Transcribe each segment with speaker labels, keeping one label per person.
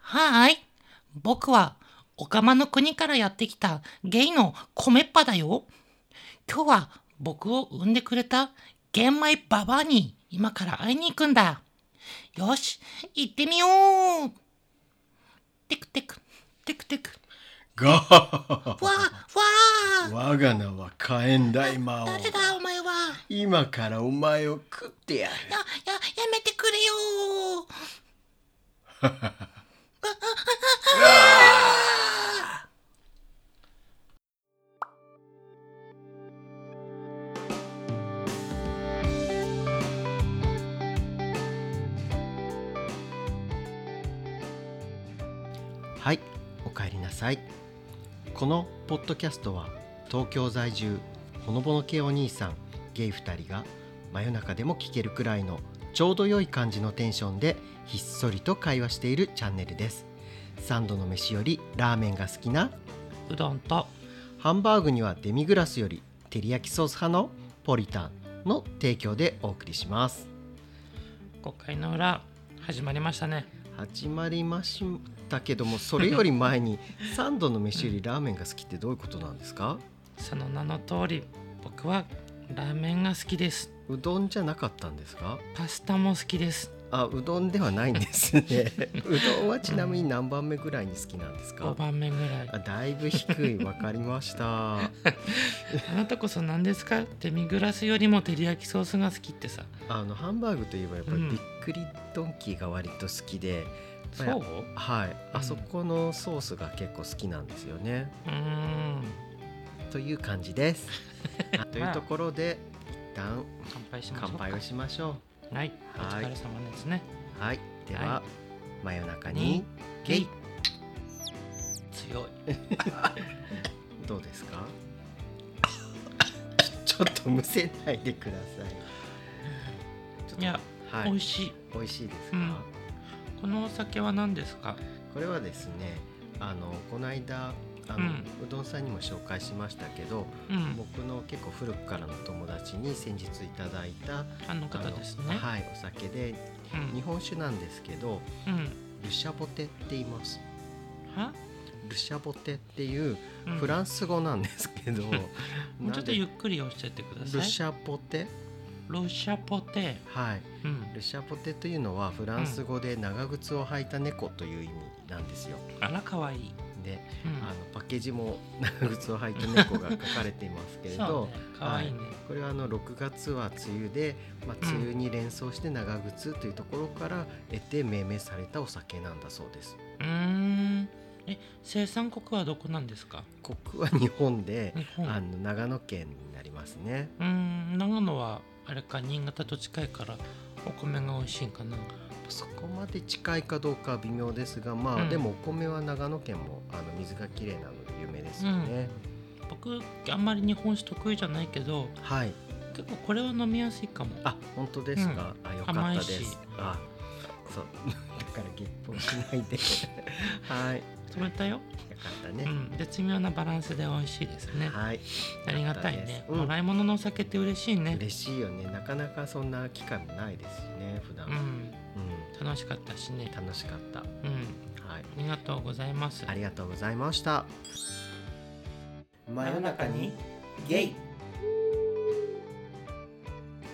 Speaker 1: はーい。僕は、オカマの国からやってきたゲイの米っぱだよ。今日は僕を産んでくれた玄米ババアに今から会いに行くんだ。よし、行ってみようテクテク、テクテク。
Speaker 2: が
Speaker 1: わあ、わあ
Speaker 2: 我が名は火炎大魔王
Speaker 1: 誰だお前は。
Speaker 2: 今からお前を食ってやる
Speaker 1: や、や、やめてくれよ
Speaker 2: はいおかえりなさいこのポッドキャストは東京在住ほのぼの系お兄さんゲイ2人が真夜中でも聞けるくらいのちょうど良い感じのテンションでひっそりと会話しているチャンネルです三度の飯よりラーメンが好きな
Speaker 1: うどんと、
Speaker 2: ハンバーグにはデミグラスより照り焼きソース派のポリタンの提供でお送りします
Speaker 1: 5回の裏、始まりましたね。
Speaker 2: 始まりましたけどもそれより前 に三度の飯よりラーメンが好きってどういうことなんですか
Speaker 1: その名の通り、僕はラーメンが好きです。
Speaker 2: うどんじゃなかったんですか
Speaker 1: パスタも好きです。
Speaker 2: あうどんではないんです ねうどんはちなみに何番目ぐらいに好きなんです
Speaker 1: 5
Speaker 2: か
Speaker 1: 番目ぐらい。
Speaker 2: あだいぶ低いわかりました
Speaker 1: あなたこそ何ですかデミグラスよりも照り焼きソースが好きってさ。
Speaker 2: あのハンバーグといえばやっぱり
Speaker 1: うん
Speaker 2: びっくりドンキーが割と好きで、
Speaker 1: そう
Speaker 2: やっ
Speaker 1: う
Speaker 2: はいあそこのソースが結構好きなんですよね
Speaker 1: ーん。
Speaker 2: という感じ ですあというところで一旦
Speaker 1: 乾杯しましょう
Speaker 2: 乾
Speaker 1: か。
Speaker 2: 杯をしましょ
Speaker 1: はい。お
Speaker 2: はい
Speaker 1: 疲れ様ですね。
Speaker 2: うはいでは、
Speaker 1: は
Speaker 2: 真夜中に
Speaker 1: ゲ
Speaker 2: ゲ
Speaker 1: イ
Speaker 2: イ。
Speaker 1: 強い。
Speaker 2: どうですか ちょっとむせないでくださいちょっと
Speaker 1: いや、
Speaker 2: は
Speaker 1: 美味
Speaker 2: い
Speaker 1: しい。
Speaker 2: 美味しいですか、
Speaker 1: うんこのお酒は何ですか。
Speaker 2: これはですねあのこの間あの、う
Speaker 1: うん
Speaker 2: どんさんにも紹介しましたけど、
Speaker 1: うん。
Speaker 2: 僕の結構古くからの友達に先日いただいた
Speaker 1: あの方ですね。
Speaker 2: はい、お酒で
Speaker 1: う
Speaker 2: 日
Speaker 1: ん。
Speaker 2: 本酒なんですけど
Speaker 1: うん。
Speaker 2: ルシャボテって言います
Speaker 1: は？
Speaker 2: ルシャボテっていう
Speaker 1: うん
Speaker 2: フランス語なんですけど、
Speaker 1: もうちょっとゆ
Speaker 2: っ
Speaker 1: っくりおっしゃってください。
Speaker 2: ルシャボテ
Speaker 1: ロシャポテ。
Speaker 2: はい
Speaker 1: うん。
Speaker 2: ルシャボテというのはフランス語で長靴を履いた猫という意味なんですよ
Speaker 1: あら可愛い。
Speaker 2: で
Speaker 1: うん
Speaker 2: あのパッケージも長靴を履いた猫が書かれていますけれ
Speaker 1: そう
Speaker 2: ど
Speaker 1: ね。可愛いね。
Speaker 2: これはあの6月は梅雨で、まあ、梅雨に連想して長靴というところから得て命名されたお酒なんだそうです。
Speaker 1: うーん。え、生産国はどこなんですか。
Speaker 2: 国は日本で、
Speaker 1: 日本。
Speaker 2: あの長野県になりますね。
Speaker 1: うーん長野はあれか新潟と近いからお米が美味しいんかな
Speaker 2: そこまで近いかどうかは微妙ですが、まあ、
Speaker 1: うん
Speaker 2: でもお米は長野県もあの水がきれいなので有名ですよね。
Speaker 1: 僕あんまり日本酒得意じゃないけど
Speaker 2: はい。
Speaker 1: 結構これは飲みやすいかも
Speaker 2: あ、本当ですか。あ、よかったで
Speaker 1: 甘いし
Speaker 2: す。あ、そう。 だからゲップをしないで。 はい。よ
Speaker 1: 冷たよ、
Speaker 2: かった
Speaker 1: う
Speaker 2: ね。
Speaker 1: ん、絶妙なバランスで美味しいですね
Speaker 2: はい。
Speaker 1: ありがたい
Speaker 2: よかった
Speaker 1: ね
Speaker 2: で、すうん
Speaker 1: もらい物のお酒って嬉しいね
Speaker 2: 嬉しいよねなかなかそんな機会もないですしね普段、
Speaker 1: う
Speaker 2: うん
Speaker 1: ん楽しかったしね
Speaker 2: 楽しかったは
Speaker 1: うん
Speaker 2: い
Speaker 1: ありがとうございます
Speaker 2: ありがとうございました真
Speaker 1: 夜中にゲイ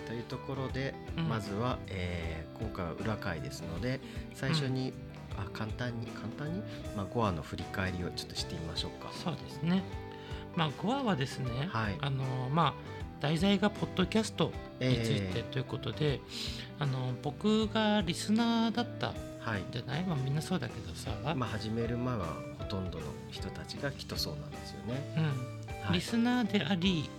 Speaker 2: というところで、
Speaker 1: うん
Speaker 2: まずは、えー今回は裏回ですので最初に、あ簡単に簡単に、まあ、5話の振り返りをちょっとしてみましょうか
Speaker 1: そうですねまあ5話はですね、
Speaker 2: はい
Speaker 1: あのまあ題材がポッドキャストについて
Speaker 2: え
Speaker 1: ということで、あの僕がリスナーだったん
Speaker 2: ーはい
Speaker 1: じゃない、まあ、みんなそうだけどさ、
Speaker 2: まあ始める前はほとんどの人たちがきっとそうなんですよね、
Speaker 1: うん、
Speaker 2: は
Speaker 1: リ
Speaker 2: い、
Speaker 1: スナーであり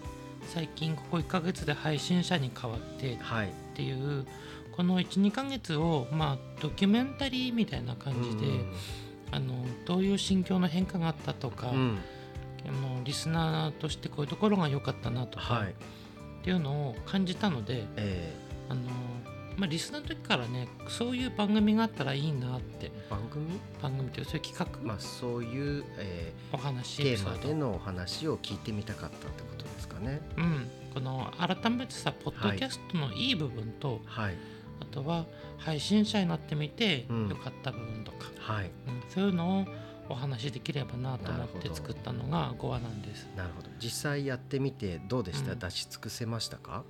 Speaker 1: 最近ここ1ヶ月で配信者に変わってっ
Speaker 2: はい、
Speaker 1: ていうこの12ヶ月を、まあ、ドキュメンタリーみたいな感じで、あのどういう心境の変化があったとか、
Speaker 2: うん、うん
Speaker 1: あのリスナーとしてこういうところが良かったなとか、
Speaker 2: はい
Speaker 1: っていうのを感じたので、
Speaker 2: え
Speaker 1: あのまあ、リスナーの時からねそういう番組があったらいいなって
Speaker 2: ー、番組
Speaker 1: 番組というかそういう企画、
Speaker 2: まあ、そういう、え
Speaker 1: お話
Speaker 2: ー
Speaker 1: エ
Speaker 2: テ
Speaker 1: ピ
Speaker 2: ー
Speaker 1: ソ
Speaker 2: マ
Speaker 1: ー
Speaker 2: で
Speaker 1: ド、
Speaker 2: のお話を聞いてみたかったってことですかね。
Speaker 1: うん、この改めてさポッドキャストのいい部分と、
Speaker 2: はい、
Speaker 1: あとは配信者になってみて
Speaker 2: うん
Speaker 1: 良かった部分とか、
Speaker 2: はい
Speaker 1: うんそういうのをお話しできればなと思っ
Speaker 2: なるほ
Speaker 1: て
Speaker 2: ど
Speaker 1: 作ったのが5話なんです
Speaker 2: なるほど実際やってみてどうでした、
Speaker 1: うん
Speaker 2: 出し尽くせましたか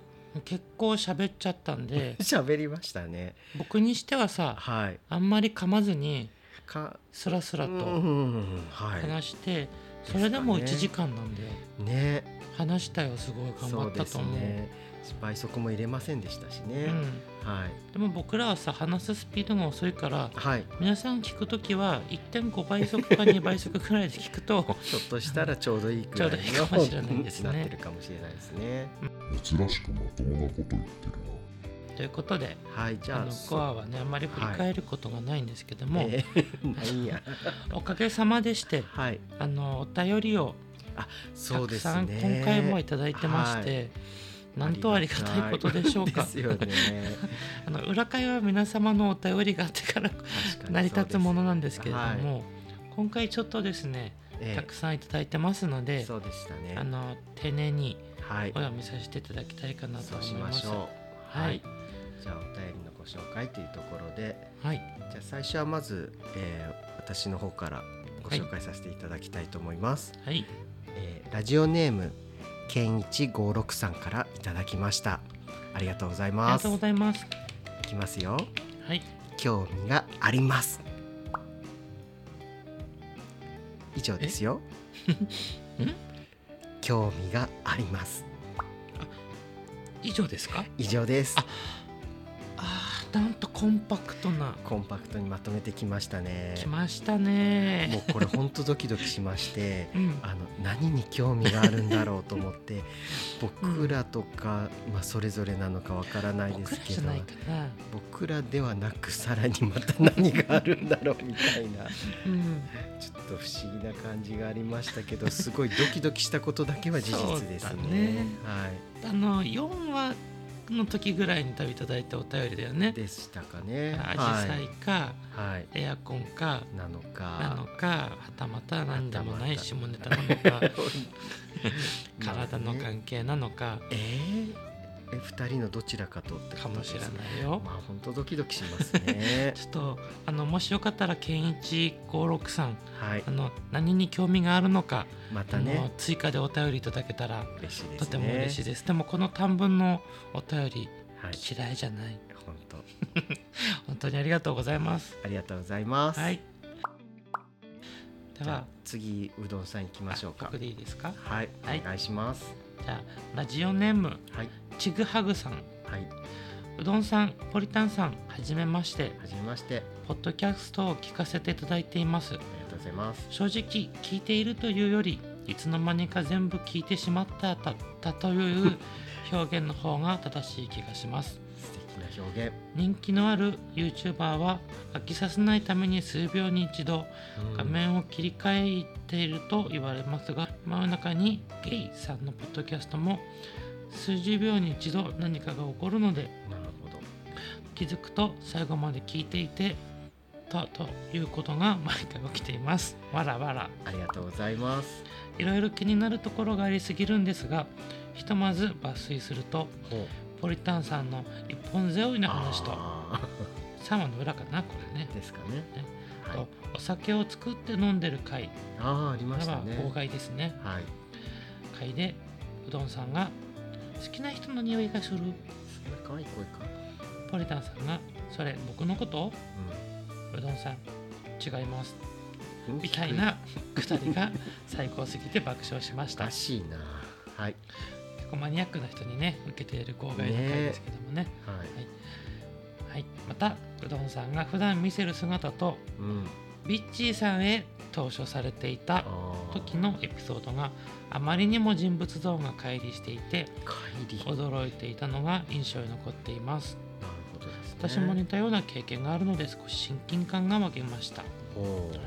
Speaker 1: 結構喋っちゃった んで
Speaker 2: 喋りましたね
Speaker 1: 僕にしてはさ
Speaker 2: はい
Speaker 1: あんまり噛まずに
Speaker 2: か
Speaker 1: スラスラ
Speaker 2: うん
Speaker 1: と
Speaker 2: うんうんは
Speaker 1: 話して、
Speaker 2: す
Speaker 1: そ
Speaker 2: かね
Speaker 1: れでも1時間なんで
Speaker 2: いね
Speaker 1: 話したよすごい頑張
Speaker 2: そう
Speaker 1: っ
Speaker 2: で
Speaker 1: たと
Speaker 2: す
Speaker 1: 思う
Speaker 2: ね倍速も入れませんでしたしね、
Speaker 1: うん、
Speaker 2: はい
Speaker 1: でも僕らはさ話すスピードが遅いから
Speaker 2: はい
Speaker 1: 皆さん聞くときは1.5倍速か2倍速くらいで聞 くと
Speaker 2: ひょっとしたらちょうどいいくらいの
Speaker 1: ちょうどいいかもしれないですね
Speaker 2: なってるかもしれないですね
Speaker 3: 珍しくまともなこと言ってるな。
Speaker 1: ということで
Speaker 2: はいじ
Speaker 1: あ
Speaker 2: ゃあ
Speaker 1: の
Speaker 2: そ
Speaker 1: コアはねあんまり振り返ることがないんですけども、
Speaker 2: えー なんや
Speaker 1: おかげさまでして
Speaker 2: はい
Speaker 1: あのお便りをた
Speaker 2: そう
Speaker 1: く
Speaker 2: です
Speaker 1: さん
Speaker 2: ね
Speaker 1: 今回もいただいてまして、なんとありがたいことでしょうか
Speaker 2: ありがたいですよね
Speaker 1: あの裏会は皆様のお便りがあってから
Speaker 2: 確かに
Speaker 1: 成り立つものなんですけれども、
Speaker 2: はい
Speaker 1: 今回ちょっとですね
Speaker 2: ええ
Speaker 1: たくさんいただいてますので、
Speaker 2: そうでしたね
Speaker 1: あの丁寧に
Speaker 2: はい
Speaker 1: お読みさせていただきたいかなと
Speaker 2: そう
Speaker 1: 思い
Speaker 2: しま
Speaker 1: ます。
Speaker 2: しょう
Speaker 1: はい
Speaker 2: はいじゃあお便りのご紹介というところで
Speaker 1: はい、
Speaker 2: じゃあ最初はまず、えー私の方からご紹介させていただきたいと思います、
Speaker 1: はい、
Speaker 2: えーラジオネームけんいち五六さんからいただきましたありがとうござい
Speaker 1: あり
Speaker 2: ま
Speaker 1: が
Speaker 2: す
Speaker 1: とうございます。
Speaker 2: いきますよ
Speaker 1: はい、
Speaker 2: 興味があります以上です よ
Speaker 1: ん
Speaker 2: 興味があります
Speaker 1: 以上ですか？
Speaker 2: 以上です
Speaker 1: あああ、なんとコンパクトな
Speaker 2: コンパクトにまとめてきましたね
Speaker 1: 来ました
Speaker 2: も
Speaker 1: ね。
Speaker 2: うこれほんとドキドキしまして
Speaker 1: うん、
Speaker 2: あの何に興味があるんだろうと思って僕らとか、まあ、それぞれなのかわからないで
Speaker 1: 僕
Speaker 2: す
Speaker 1: ら
Speaker 2: け
Speaker 1: じゃ
Speaker 2: ど
Speaker 1: ないかな。
Speaker 2: 僕らではなくさらにまた何があるんだろうみたいな
Speaker 1: うん、
Speaker 2: ちょっと不思議な感じがありました けどすごいドキドキしたことだけは事実です
Speaker 1: そう
Speaker 2: ね
Speaker 1: だ。ね
Speaker 2: はい、
Speaker 1: あの四話の時ぐらいに旅いただいたお便りだよね。
Speaker 2: でしたかね。
Speaker 1: アジサ
Speaker 2: は
Speaker 1: イ
Speaker 2: い
Speaker 1: か、
Speaker 2: はい、
Speaker 1: エアコンか。
Speaker 2: なのか
Speaker 1: なのかはたまた何でもない
Speaker 2: はた
Speaker 1: 下
Speaker 2: ま
Speaker 1: ネタなのか 体の
Speaker 2: まあね
Speaker 1: 関係なのか
Speaker 2: えーえ二人のどちらかとってこと
Speaker 1: かもしれな
Speaker 2: ですね
Speaker 1: いよ。
Speaker 2: まあ本当ドキドキします ね。
Speaker 1: ちょっとあのもしよかったら健一五六さん
Speaker 2: はい
Speaker 1: あ、の何に興味があるのか、
Speaker 2: また
Speaker 1: あの
Speaker 2: ね、
Speaker 1: 追加でお便りいただけたら
Speaker 2: 嬉しいですね。
Speaker 1: とても嬉しい
Speaker 2: い。
Speaker 1: です。でもこの短文のお便り
Speaker 2: はい、
Speaker 1: 嫌いじゃない。
Speaker 2: 本当
Speaker 1: 本当にありがとうございます。
Speaker 2: ありがとうございます。
Speaker 1: はい。で
Speaker 2: じゃ
Speaker 1: は
Speaker 2: あ、次うどんさん行きましょう
Speaker 1: あ
Speaker 2: か
Speaker 1: 僕。でいいですか。
Speaker 2: はい、
Speaker 1: はい
Speaker 2: お願いします。
Speaker 1: じゃあラジオネーム
Speaker 2: はい、
Speaker 1: ちぐはぐさん、
Speaker 2: はい、
Speaker 1: うどんさん、ポリタンさん、はじめまして。
Speaker 2: はじめまして、
Speaker 1: ポッドキャストを聞かせていただいています。
Speaker 2: ありがとうございます。
Speaker 1: 正直聞いているというよりいつの間にか全部聞いてしまったたたという 表現の方が正しい気がします
Speaker 2: 素敵な表現。
Speaker 1: 人気のある YouTuber は飽きさせないために数秒に一度
Speaker 2: うん
Speaker 1: 画面を切り替えていると言われますが真ん中にゲイさんのポッドキャストも数十秒に一度何かが起こるので
Speaker 2: なるほど。
Speaker 1: 気づくと最後まで聞いていてたということが毎回起きていますわらわら
Speaker 2: ありがとうございます。
Speaker 1: いろいろ気になるところがありすぎるんですがひとまず抜粋すると
Speaker 2: ほう。
Speaker 1: ポリタンさんの一本背負いの話と
Speaker 2: あ
Speaker 1: 3話の裏かなこれね
Speaker 2: ー、ですかね。はい。
Speaker 1: とお酒を作って飲んでる回
Speaker 2: ああ、あり
Speaker 1: こ
Speaker 2: ま
Speaker 1: れ
Speaker 2: した
Speaker 1: は
Speaker 2: ね。
Speaker 1: 妨害ですね
Speaker 2: はい。
Speaker 1: 回でうどんさんが「好きな人の匂いがする
Speaker 2: すごい可愛い声か。」
Speaker 1: ポリタンさんが「それ僕のこと?
Speaker 2: う」
Speaker 1: うどんさん「違います
Speaker 2: ん。」
Speaker 1: みたいなくだりが最高すぎて爆笑しまし
Speaker 2: ら
Speaker 1: た
Speaker 2: しいな。はい。
Speaker 1: 結構マニアックな人にね受けている妨害の回ですけどもね
Speaker 2: はい。
Speaker 1: はい、またうどんさんが普段見せる姿と
Speaker 2: うん。
Speaker 1: ビッチーさんへ投書されていた
Speaker 2: ああ。
Speaker 1: 時のエピソードがあまりにも人物像が乖離していて
Speaker 2: 帰り。なる
Speaker 1: 驚いていたのが印象に残っています
Speaker 2: ほどですね。
Speaker 1: 私も似たような経験があるので少し親近感が湧きました、は
Speaker 2: ほう。
Speaker 1: い、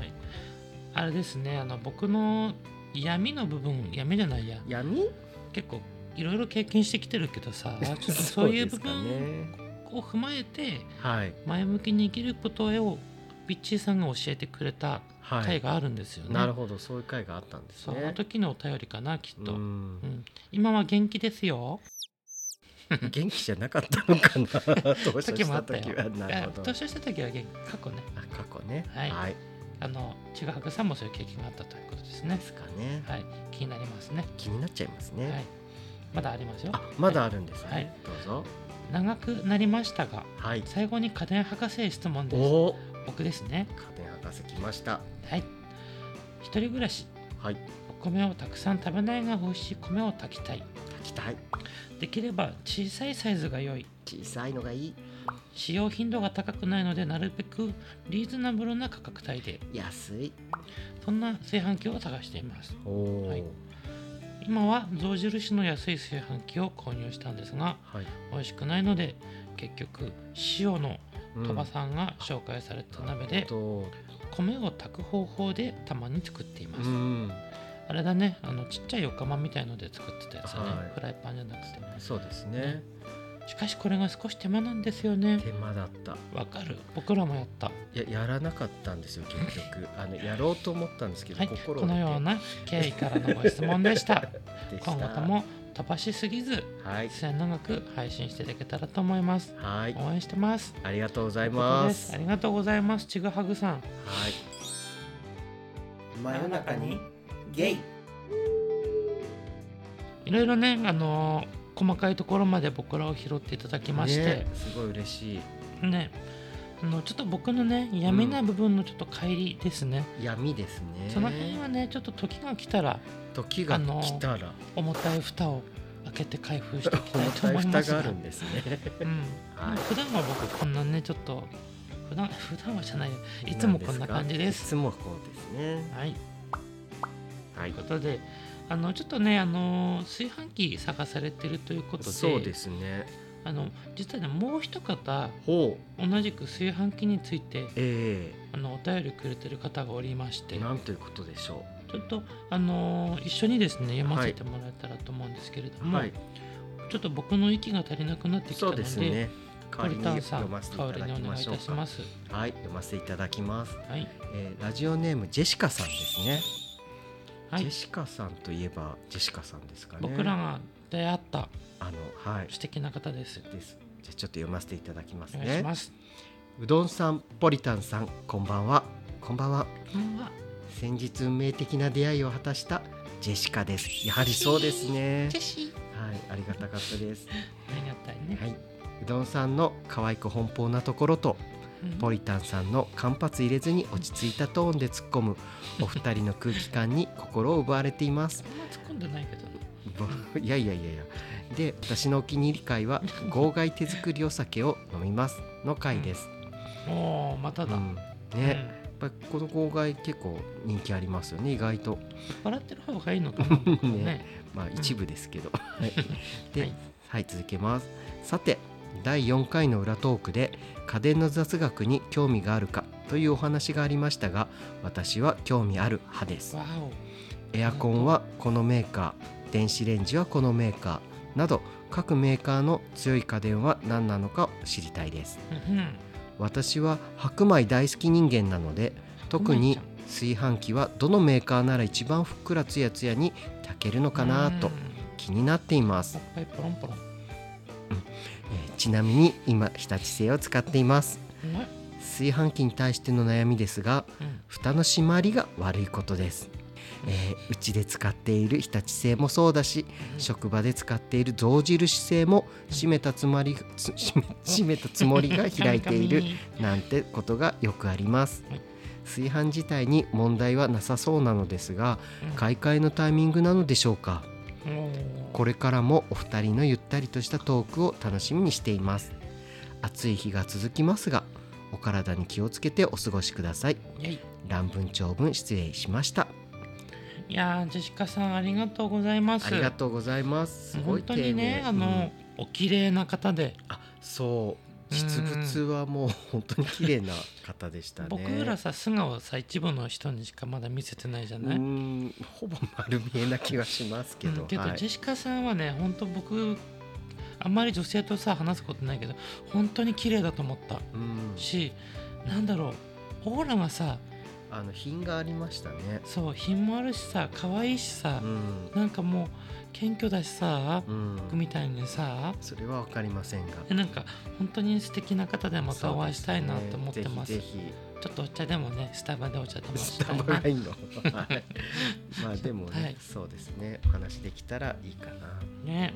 Speaker 1: あれですねあの僕の闇の部分闇じゃないや
Speaker 2: 闇
Speaker 1: 結構いろいろ経験してきてるけ どさちょっとそういう部分を踏まえて
Speaker 2: はい
Speaker 1: 前向きに生きることをビッチーさんが教えてくれた
Speaker 2: は
Speaker 1: 回
Speaker 2: い
Speaker 1: があるんですよね。
Speaker 2: なるほどそういう回があったんです
Speaker 1: そう
Speaker 2: ね
Speaker 1: あの時のお便りかなきっと、
Speaker 2: う
Speaker 1: うん
Speaker 2: ん
Speaker 1: 今は元気ですよ
Speaker 2: 元気じゃなかったの かな投資
Speaker 1: 時
Speaker 2: し
Speaker 1: もあ
Speaker 2: た
Speaker 1: った
Speaker 2: 時
Speaker 1: よ
Speaker 2: はなるほど
Speaker 1: 年をした時は元気過去ね
Speaker 2: あ過去ね
Speaker 1: はい
Speaker 2: はい
Speaker 1: あの中学さんもそういう経験があったということですね
Speaker 2: ですかね
Speaker 1: はい気になりますね
Speaker 2: 気になっちゃいます
Speaker 1: は
Speaker 2: ね
Speaker 1: いまだありますよ
Speaker 2: あまだあるんです
Speaker 1: はい
Speaker 2: ねどうぞ
Speaker 1: 長くなりましたが
Speaker 2: はい
Speaker 1: 最後に家電博士へ質問
Speaker 2: お
Speaker 1: です
Speaker 2: お
Speaker 1: 僕ですね
Speaker 2: 家電博士来ました
Speaker 1: はい一人暮らし
Speaker 2: はい
Speaker 1: お米をたくさん食べないが美味しい米を炊きたい
Speaker 2: 炊きたい
Speaker 1: できれば小さいサイズが良い
Speaker 2: 小さいのがいい
Speaker 1: 使用頻度が高くないのでなるべくリーズナブルな価格帯で
Speaker 2: 安い
Speaker 1: そんな炊飯器を探しています
Speaker 2: おお
Speaker 1: はい今は象印の安い炊飯器を購入したんですが
Speaker 2: はい
Speaker 1: 美味しくないので結局塩の
Speaker 2: うん
Speaker 1: 鳥羽さんが紹介された鍋
Speaker 2: えっ
Speaker 1: で
Speaker 2: と
Speaker 1: 米を炊く方法でたまに作っています、
Speaker 2: うん
Speaker 1: あれだねあのちっちゃいお釜みたいので作ってたやつね、
Speaker 2: はい
Speaker 1: フライパンじゃなくてね
Speaker 2: そうですね
Speaker 1: しかしこれが少し手間なんですよね
Speaker 2: 手間だった
Speaker 1: わかる僕らもやった
Speaker 2: いややらなかったんですよ結 局あのやろうと思ったんですけど、
Speaker 1: はい
Speaker 2: 心
Speaker 1: このような経緯からのご質問でした
Speaker 2: でした
Speaker 1: 今後とも飛ばしすぎず
Speaker 2: はい
Speaker 1: 末永く配信していただけたらと思います
Speaker 2: はい
Speaker 1: 応援してます
Speaker 2: ありがとうござい
Speaker 1: ということ
Speaker 2: ま
Speaker 1: ですありがとうございますちぐはぐさん
Speaker 2: はい真
Speaker 1: 夜中に
Speaker 2: ゲイ
Speaker 1: いろいろねあのー細かいところまで僕らを拾っていただきまして
Speaker 2: ね、すごい嬉しい
Speaker 1: ねあのちょっと僕のね闇な部分のちょっと帰りですね、
Speaker 2: 闇ですね
Speaker 1: その辺はねちょっと時が来たら
Speaker 2: 時が来たら
Speaker 1: 重たい蓋を開けて開封していきたい
Speaker 2: 重
Speaker 1: と
Speaker 2: たい
Speaker 1: 思いま
Speaker 2: 蓋
Speaker 1: すが
Speaker 2: があるんですね
Speaker 1: うん
Speaker 2: はい
Speaker 1: 普段は僕こんなねちょっと普段普段はじゃないよいつもこんな感じです
Speaker 2: いつもこうですね
Speaker 1: はい
Speaker 2: は
Speaker 1: とい
Speaker 2: いう
Speaker 1: ことであのちょっとねあの炊飯器探されてるということで
Speaker 2: そうですね
Speaker 1: あの実はねもう一方
Speaker 2: ほう
Speaker 1: 同じく炊飯器について
Speaker 2: え
Speaker 1: あのお便りくれてる方がおりまして
Speaker 2: えなんということでしょ
Speaker 1: ちょっとあの一緒にですね読ませてもらえたらと思うんですけれど
Speaker 2: う
Speaker 1: も、
Speaker 2: はい
Speaker 1: ちょっと僕の息が足りなくなってきた
Speaker 2: そ
Speaker 1: の
Speaker 2: う
Speaker 1: で
Speaker 2: ですね
Speaker 1: ポ
Speaker 2: 代わ
Speaker 1: リ
Speaker 2: り
Speaker 1: タン
Speaker 2: に
Speaker 1: さ
Speaker 2: 読
Speaker 1: ん
Speaker 2: ませてい
Speaker 1: 代
Speaker 2: た
Speaker 1: わ
Speaker 2: だ
Speaker 1: りにお
Speaker 2: きま
Speaker 1: 願いい
Speaker 2: しょ
Speaker 1: た
Speaker 2: う
Speaker 1: し
Speaker 2: か
Speaker 1: ます
Speaker 2: はい読ませていただきます、
Speaker 1: はい
Speaker 2: えーラジオネームジェシカさんですね、
Speaker 1: はい
Speaker 2: ジェシカさんといえばジェシカさんですかね
Speaker 1: 僕らが出会った
Speaker 2: あのはい
Speaker 1: 素敵な方です
Speaker 2: ですじゃあちょっと読ませていただきます
Speaker 1: お願い
Speaker 2: ね
Speaker 1: します
Speaker 2: うどんさんポリタンさんこんばんはこんばんは
Speaker 1: こんばんは
Speaker 2: 先日運命的な出会いを果たしたジェシカですやはりそうですね
Speaker 1: ジェシー
Speaker 2: はいありがたかったです
Speaker 1: ありがたいね、
Speaker 2: はいうどんさんの可愛く奔放なところと
Speaker 1: うん
Speaker 2: ポリタンさんの間髪入れずに落ち着いたトーンで突っ込むお二人の空気感に心を奪われています
Speaker 1: そんな突っ込んでないけどね
Speaker 2: ぼ いやいやいやいやで私のお気に入り会 は「号外手作りお酒を飲みます」の会です、
Speaker 1: おおまた
Speaker 2: う
Speaker 1: だ、うん
Speaker 2: んね、やっぱりこの号外結構人気ありますよね意外と
Speaker 1: 笑ってる方がいいのかな僕は ね
Speaker 2: ねまあ一部ですけど、はい で、
Speaker 1: は
Speaker 2: はいい、続けますさて第4回の裏トークで家電の雑学に興味があるかというお話がありましたが私は興味ある派です
Speaker 1: わお
Speaker 2: エアコンはこのメーカー電子レンジはこのメーカーなど各メーカーの強い家電は何なのかを知りたいです
Speaker 1: うんうん
Speaker 2: 私は白米大好き人間なので特に炊飯器はどのメーカーなら一番ふっくらつやつやに炊けるのかなと
Speaker 1: うん
Speaker 2: 気になっています
Speaker 1: おっ、ぱいポロンポロン
Speaker 2: えーちなみに今日立製を使っています
Speaker 1: うまい
Speaker 2: 炊飯器に対しての悩みですが
Speaker 1: うん
Speaker 2: 蓋の締まりが悪いことですえーうち、で使っている日立製もそうだし
Speaker 1: うん
Speaker 2: 職場で使っている象印製も閉めたつまりつ 閉め閉めたつもりが開いているなんてことがよくあります
Speaker 1: はい
Speaker 2: 炊飯自体に問題はなさそうなのですが
Speaker 1: うん
Speaker 2: 買い替えのタイミングなのでしょうかこれからもお二人のゆったりとしたトークを楽しみにしています暑い日が続きますがお体に気をつけてお過ごしください
Speaker 1: イェイ
Speaker 2: 乱文長文失礼しました
Speaker 1: いやージェシカさんありがとうございます
Speaker 2: ありがとうございますすごい
Speaker 1: 本当にねあ
Speaker 2: 丁寧うん
Speaker 1: の、お綺麗な方で、
Speaker 2: あそう実物はもう本当に綺麗な方でしたね
Speaker 1: 僕らさ素顔さ一部の人にしかまだ見せてないじゃ
Speaker 2: う
Speaker 1: ない、うん
Speaker 2: んほぼ丸見えな気はしますけど、
Speaker 1: けど
Speaker 2: はい
Speaker 1: ジェシカさんはね本当僕あんまり女性とさ話すことないけど本当に綺麗だと思った
Speaker 2: うん
Speaker 1: しなんだろうオーラがさ
Speaker 2: あの品がありましたね
Speaker 1: そう品もあるしさ可愛いしさ
Speaker 2: う、ん、
Speaker 1: なんかもう謙虚だしさ、
Speaker 2: うん、
Speaker 1: 僕みたいにさ
Speaker 2: それは分かりませんが
Speaker 1: えなんか本当に素敵な方でまたお会いしたいなと思ってます
Speaker 2: そうですねぜひぜ
Speaker 1: ちょっとお茶でもねスタバでお茶でも
Speaker 2: ひ
Speaker 1: し
Speaker 2: スタ
Speaker 1: たい
Speaker 2: バ
Speaker 1: な
Speaker 2: がいいのはいまあでもね、
Speaker 1: はい
Speaker 2: そうですねお話できたらいいかな
Speaker 1: ね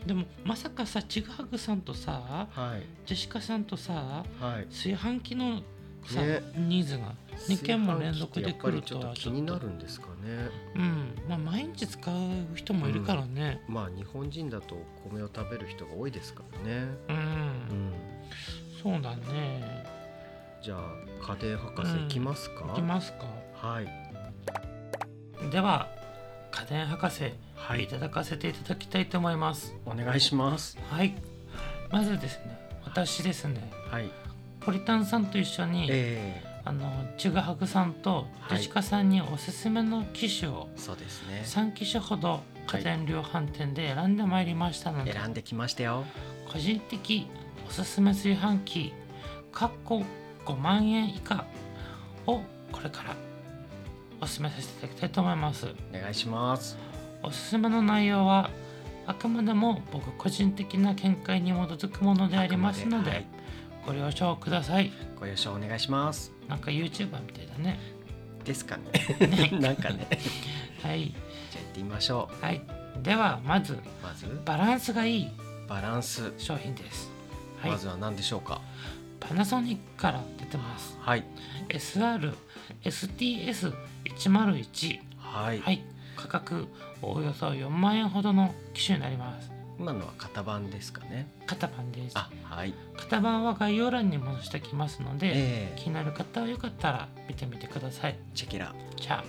Speaker 2: う、ん
Speaker 1: でもまさかさちぐはぐさんとさ
Speaker 2: はい
Speaker 1: ジェシカさんとさ
Speaker 2: はい
Speaker 1: 炊飯器のさ、
Speaker 2: ね
Speaker 1: ニーズが2件も連続で来
Speaker 2: 炊飯器ってやっぱ
Speaker 1: る
Speaker 2: りちょ
Speaker 1: と
Speaker 2: っと
Speaker 1: は
Speaker 2: 気になるんですかね
Speaker 1: うんまあ毎日使う人もいるからね
Speaker 2: まあ日本人だとお米を食べる人が多いですからね
Speaker 1: うん、
Speaker 2: うん
Speaker 1: そうだね
Speaker 2: じゃあ家庭博士
Speaker 1: うん
Speaker 2: 行きますか、
Speaker 1: いきますか
Speaker 2: はい
Speaker 1: では家電博士
Speaker 2: はい
Speaker 1: ただかせていただきたいと思います
Speaker 2: お願いします
Speaker 1: はいまずですね私ですね
Speaker 2: はい
Speaker 1: ポリタンさんと一緒に、
Speaker 2: え
Speaker 1: あのちぐはぐさんと
Speaker 2: は
Speaker 1: ジ
Speaker 2: い
Speaker 1: ェシカさんにおすすめの機種を
Speaker 2: ー、そうですね
Speaker 1: 3機種ほど家電量販店で選んでまいりましたので、
Speaker 2: 選んできましたよ
Speaker 1: 個人的おすすめ炊飯器かっこ5万円以下をこれからおすすめさせていただきたいと思います
Speaker 2: お願いします
Speaker 1: おすすめの内容はあくまでも僕個人的な見解に基づくものであります
Speaker 2: あ
Speaker 1: ので
Speaker 2: くまではい
Speaker 1: ご了承ください
Speaker 2: ご了承お願いします
Speaker 1: なんか YouTuber みたいだね
Speaker 2: ですかね
Speaker 1: ね
Speaker 2: なんかね
Speaker 1: はい
Speaker 2: じゃあ行ってみましょ
Speaker 1: はいではまず
Speaker 2: うまず
Speaker 1: バランスがいい
Speaker 2: バランス、
Speaker 1: 商品ですはい
Speaker 2: まずは何でしょうか
Speaker 1: パナソニックから出てます
Speaker 2: はい
Speaker 1: SR STS101
Speaker 2: はい、
Speaker 1: はい価格おおよそ4万円ほどの機種になります
Speaker 2: 今のは型番ですかね
Speaker 1: 型番です
Speaker 2: あはい
Speaker 1: 型番は概要欄にもしておきますので、
Speaker 2: え
Speaker 1: 気になる方はよかったら見てみてください
Speaker 2: ー、チェケラ
Speaker 1: じゃ
Speaker 2: はい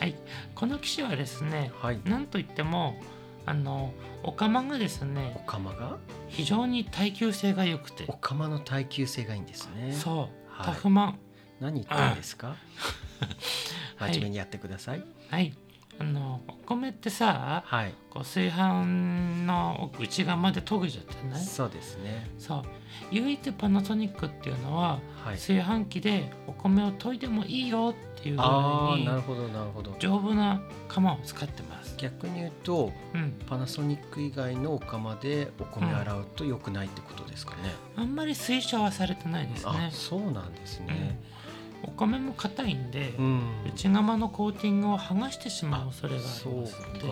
Speaker 1: あはいこの機種はですね
Speaker 2: はい
Speaker 1: なんといってもあのお釜がです
Speaker 2: お
Speaker 1: ね
Speaker 2: 釜が
Speaker 1: 非常に耐久性が良くて
Speaker 2: お釜の耐久性がいいんですね
Speaker 1: そう、
Speaker 2: はい
Speaker 1: タフマン
Speaker 2: 何言ってんですか
Speaker 1: は
Speaker 2: 真
Speaker 1: い
Speaker 2: 面目にやってください
Speaker 1: はいあのお米ってさ
Speaker 2: はい、
Speaker 1: こう炊飯の内側まで研げちゃってない
Speaker 2: そうですね
Speaker 1: そう唯一パナソニックっていうのは、
Speaker 2: はい
Speaker 1: 炊飯器でお米を研いでもいいよっていうぐ
Speaker 2: あ
Speaker 1: らい
Speaker 2: あなる
Speaker 1: に
Speaker 2: ほどなるほど
Speaker 1: 丈夫な釜を使ってます
Speaker 2: 逆に言うと
Speaker 1: うん
Speaker 2: パナソニック以外のお釜でお米洗うと良くないってことですかね、
Speaker 1: あんまり推奨はされてないです
Speaker 2: あ
Speaker 1: ね
Speaker 2: そうなんですね
Speaker 1: お米も硬いんで、
Speaker 2: うん、
Speaker 1: 内釜のコーティングを剥がしてしまう
Speaker 2: あ
Speaker 1: 恐れがありますの
Speaker 2: そう
Speaker 1: で
Speaker 2: か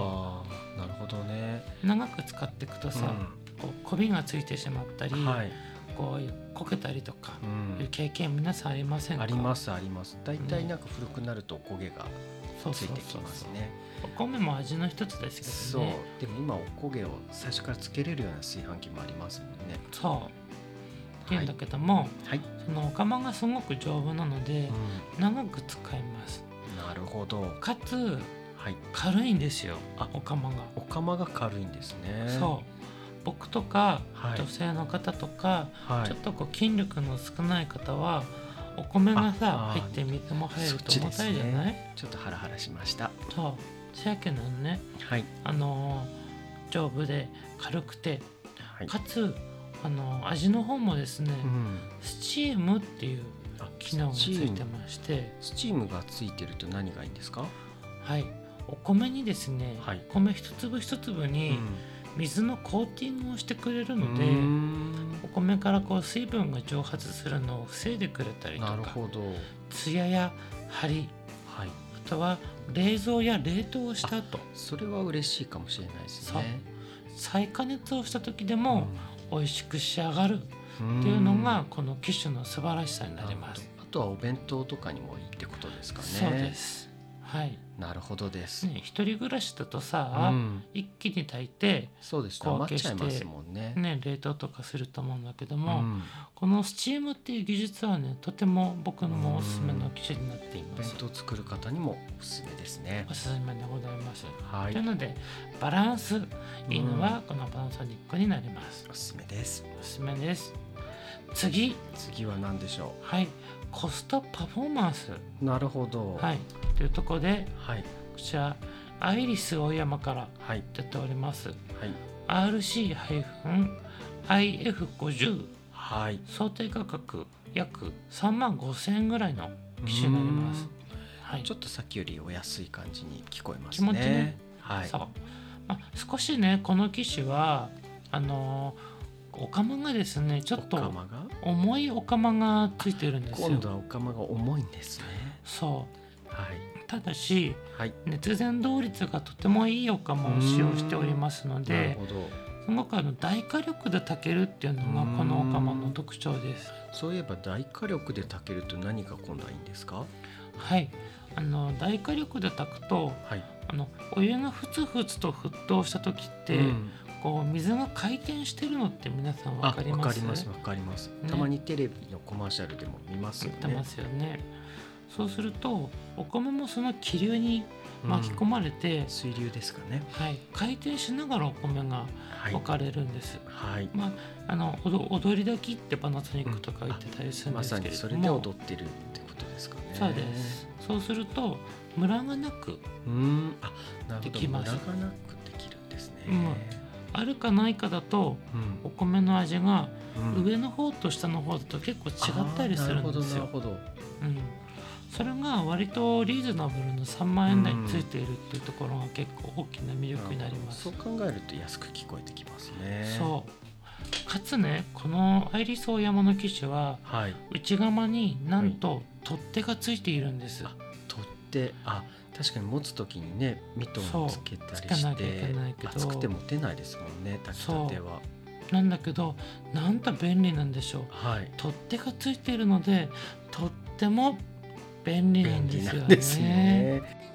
Speaker 2: なるほどね
Speaker 1: 長く使っていくとさ、こうこびがついてしまったり、
Speaker 2: うん、はい、
Speaker 1: こう焦げたりとか
Speaker 2: う、
Speaker 1: いうん経験皆さんありませんか
Speaker 2: ありますありますだいたいなんか古くなるとお焦げが
Speaker 1: そう
Speaker 2: つ
Speaker 1: そう
Speaker 2: いて
Speaker 1: そ
Speaker 2: き
Speaker 1: う
Speaker 2: ます
Speaker 1: そう
Speaker 2: ね
Speaker 1: お米も味の一つですけ
Speaker 2: そう
Speaker 1: どね
Speaker 2: でも今お焦げを最初からつけれるような炊飯器もありますもんね
Speaker 1: そうっていうんだけども、
Speaker 2: はい、
Speaker 1: そのお釜がすごく丈夫なので
Speaker 2: う
Speaker 1: 長く使えます
Speaker 2: ん、なるほど
Speaker 1: かつ
Speaker 2: はい
Speaker 1: 軽いんですよお釜が、
Speaker 2: お釜が軽いんですね
Speaker 1: そう僕とか
Speaker 2: はい
Speaker 1: 女性の方とか、
Speaker 2: はい
Speaker 1: ちょっとこう筋力の少ない方はお米がさ
Speaker 2: ああー
Speaker 1: 入って水も入ると
Speaker 2: そっち
Speaker 1: 重
Speaker 2: です
Speaker 1: た
Speaker 2: ね
Speaker 1: いじゃない、
Speaker 2: ちょっとハラハラしました
Speaker 1: そうせやけどね
Speaker 2: はい
Speaker 1: あのー丈夫で軽くて
Speaker 2: はい
Speaker 1: かつあのー味の方もですね、
Speaker 2: うん
Speaker 1: スチームっていう
Speaker 2: あ
Speaker 1: 機能がつい
Speaker 2: スチ
Speaker 1: て
Speaker 2: ーム
Speaker 1: まして
Speaker 2: スチームがついてると何がいいんですか
Speaker 1: はいお米にですね、
Speaker 2: はい
Speaker 1: お米一粒一粒
Speaker 2: う
Speaker 1: に水のコーティングをしてくれるので、
Speaker 2: うーん
Speaker 1: お米からこう水分が蒸発するのを防いでくれたりと
Speaker 2: なる
Speaker 1: か
Speaker 2: ほど
Speaker 1: ツヤや張り
Speaker 2: はい
Speaker 1: あとは冷蔵や冷凍をした後
Speaker 2: それは嬉しいかもしれないですね
Speaker 1: 再加熱をした時でも美味しく仕上がる
Speaker 2: うん
Speaker 1: っていうのがこの機種の素晴らしさになります
Speaker 2: なる。ほどあとはお弁当とかにもいいってことですかね
Speaker 1: そうです。はい。
Speaker 2: なるほどです、
Speaker 1: ね一人暮らしだと
Speaker 2: う
Speaker 1: さ、
Speaker 2: ん、
Speaker 1: 一気に炊いて
Speaker 2: そうですね
Speaker 1: 小分
Speaker 2: 余
Speaker 1: け
Speaker 2: っ
Speaker 1: して
Speaker 2: ちゃいますもんね
Speaker 1: ね冷凍とかすると思うんだけど
Speaker 2: う
Speaker 1: も、
Speaker 2: ん
Speaker 1: このスチームっていう技術はねとても僕のもおすすめの機種になってい
Speaker 2: お
Speaker 1: ま
Speaker 2: 弁
Speaker 1: す。
Speaker 2: 当作る方にもおすすめですね
Speaker 1: おすすめでございます。
Speaker 2: は
Speaker 1: という
Speaker 2: い
Speaker 1: のでバランスいいのはこのパナソニックになります。
Speaker 2: おすすめです
Speaker 1: おすすめです。次
Speaker 2: 次は何でしょ
Speaker 1: はいコストパフォーマンス
Speaker 2: うなるほど
Speaker 1: はいというところで
Speaker 2: はい
Speaker 1: こちらアイリス大山から
Speaker 2: はい
Speaker 1: 出ております
Speaker 2: はい
Speaker 1: RC-IF50
Speaker 2: はい
Speaker 1: 想定価格約3万5千円ぐらいの機種になります。は
Speaker 2: う
Speaker 1: い
Speaker 2: んちょっとさっきよりお安い感じに聞こえますね
Speaker 1: 気持ちね
Speaker 2: はい
Speaker 1: そうまあ、少しねこの機種はあのーお釜がですねちょっ
Speaker 2: お
Speaker 1: と
Speaker 2: 釜が
Speaker 1: 重いお釜がついてるんですよ
Speaker 2: 今度はお釜が重いんですね
Speaker 1: そ
Speaker 2: はいう
Speaker 1: ただし
Speaker 2: はい
Speaker 1: 熱伝導率がとてもいいお釜を使用しておりますの
Speaker 2: なる
Speaker 1: で
Speaker 2: ほど
Speaker 1: すごくあの大火力で炊けるっていうのがこのお釜の特徴です
Speaker 2: そういえば大火力で炊けると何が今度はいいんですか
Speaker 1: はいあの大火力で炊くと
Speaker 2: はい
Speaker 1: あのお湯がふつふつと沸騰した時って、
Speaker 2: うん
Speaker 1: こう水が回転してるのって皆さん
Speaker 2: あ
Speaker 1: わ
Speaker 2: わ
Speaker 1: か
Speaker 2: か
Speaker 1: り
Speaker 2: り
Speaker 1: ま
Speaker 2: ますすわかります
Speaker 1: ね
Speaker 2: たまにテレビのコマーシャルでも見ます
Speaker 1: 言
Speaker 2: よ
Speaker 1: って
Speaker 2: ね
Speaker 1: ますよねそうするとお米もその気流に
Speaker 2: うん
Speaker 1: 巻き込まれて、
Speaker 2: 水流ですかね
Speaker 1: はい、回転しながらお米が
Speaker 2: はい
Speaker 1: 置かれるんです、
Speaker 2: はい
Speaker 1: まああのおど踊り炊きってパナソニックとか言ってたりするん
Speaker 2: ま
Speaker 1: です
Speaker 2: さ
Speaker 1: け
Speaker 2: に
Speaker 1: れ
Speaker 2: そ
Speaker 1: ど
Speaker 2: れで
Speaker 1: も、
Speaker 2: 踊ってるってことですかね
Speaker 1: そうですそうするとムラがなく
Speaker 2: うんあなる
Speaker 1: で
Speaker 2: ほ
Speaker 1: き
Speaker 2: ど
Speaker 1: ま
Speaker 2: ム
Speaker 1: す
Speaker 2: ラがなくできるんですね
Speaker 1: あるかないかだと
Speaker 2: うん
Speaker 1: お米の味が
Speaker 2: うん
Speaker 1: 上の方と下の方だと結構違ったりするんです
Speaker 2: あーなる、
Speaker 1: よ
Speaker 2: ほどなる
Speaker 1: うん、それが割とリーズナブルの3万円台についているっていうところが結構大きな魅
Speaker 2: ほ
Speaker 1: 力
Speaker 2: ど
Speaker 1: になります、
Speaker 2: そう考えると安く聞こえてきますね
Speaker 1: そうかつねこのアイリスオーヤマの機種は
Speaker 2: はいう
Speaker 1: 内釜になんと取っ手がついているんです、
Speaker 2: あ取ってあ確かに持つ時にねミトンをつけた
Speaker 1: そうつ
Speaker 2: り
Speaker 1: けな
Speaker 2: し
Speaker 1: きゃいけ
Speaker 2: て
Speaker 1: ないけど
Speaker 2: 熱くて持てないですもんね炊きたては
Speaker 1: なんだけどなんと便利なんでしょう
Speaker 2: はい
Speaker 1: 取っ手がついているのでとっても便利な
Speaker 2: 便
Speaker 1: んで
Speaker 2: 利
Speaker 1: す
Speaker 2: な
Speaker 1: よね
Speaker 2: んですね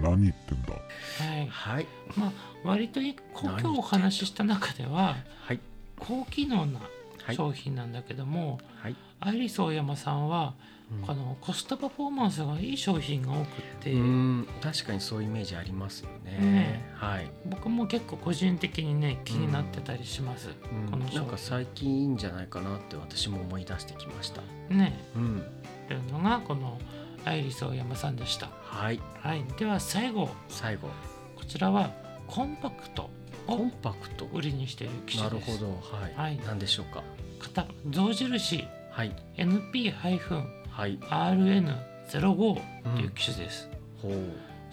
Speaker 3: 何言ってんだ
Speaker 1: はい、
Speaker 2: はい
Speaker 1: まあ割とい今日お話しした中では
Speaker 2: はい
Speaker 1: 高機能な
Speaker 2: はい
Speaker 1: 商品なんだけども、
Speaker 2: はい
Speaker 1: アイリスオーヤマさんは、
Speaker 2: うん
Speaker 1: このコストパフォーマンスがいい商品が多くって、
Speaker 2: うん確かにそういうイメージありますよね
Speaker 1: ね
Speaker 2: はい
Speaker 1: 僕も結構個人的にね気になってたりします、
Speaker 2: うん
Speaker 1: この商品
Speaker 2: なんか最近いいんじゃないかなって私も思い出してきました
Speaker 1: ね
Speaker 2: うん
Speaker 1: というのがこのアイリスオーヤマさんでした、
Speaker 2: はい
Speaker 1: はい、では最後
Speaker 2: 最後
Speaker 1: こちらはコンパクト
Speaker 2: コ
Speaker 1: を
Speaker 2: ンパクト
Speaker 1: 売りにしている機
Speaker 2: な
Speaker 1: 種
Speaker 2: る
Speaker 1: です
Speaker 2: ほどはい、
Speaker 1: はい
Speaker 2: 何でしょうか
Speaker 1: 型象印
Speaker 2: はい
Speaker 1: NP-RN05
Speaker 2: はい
Speaker 1: という機種です、
Speaker 2: ほう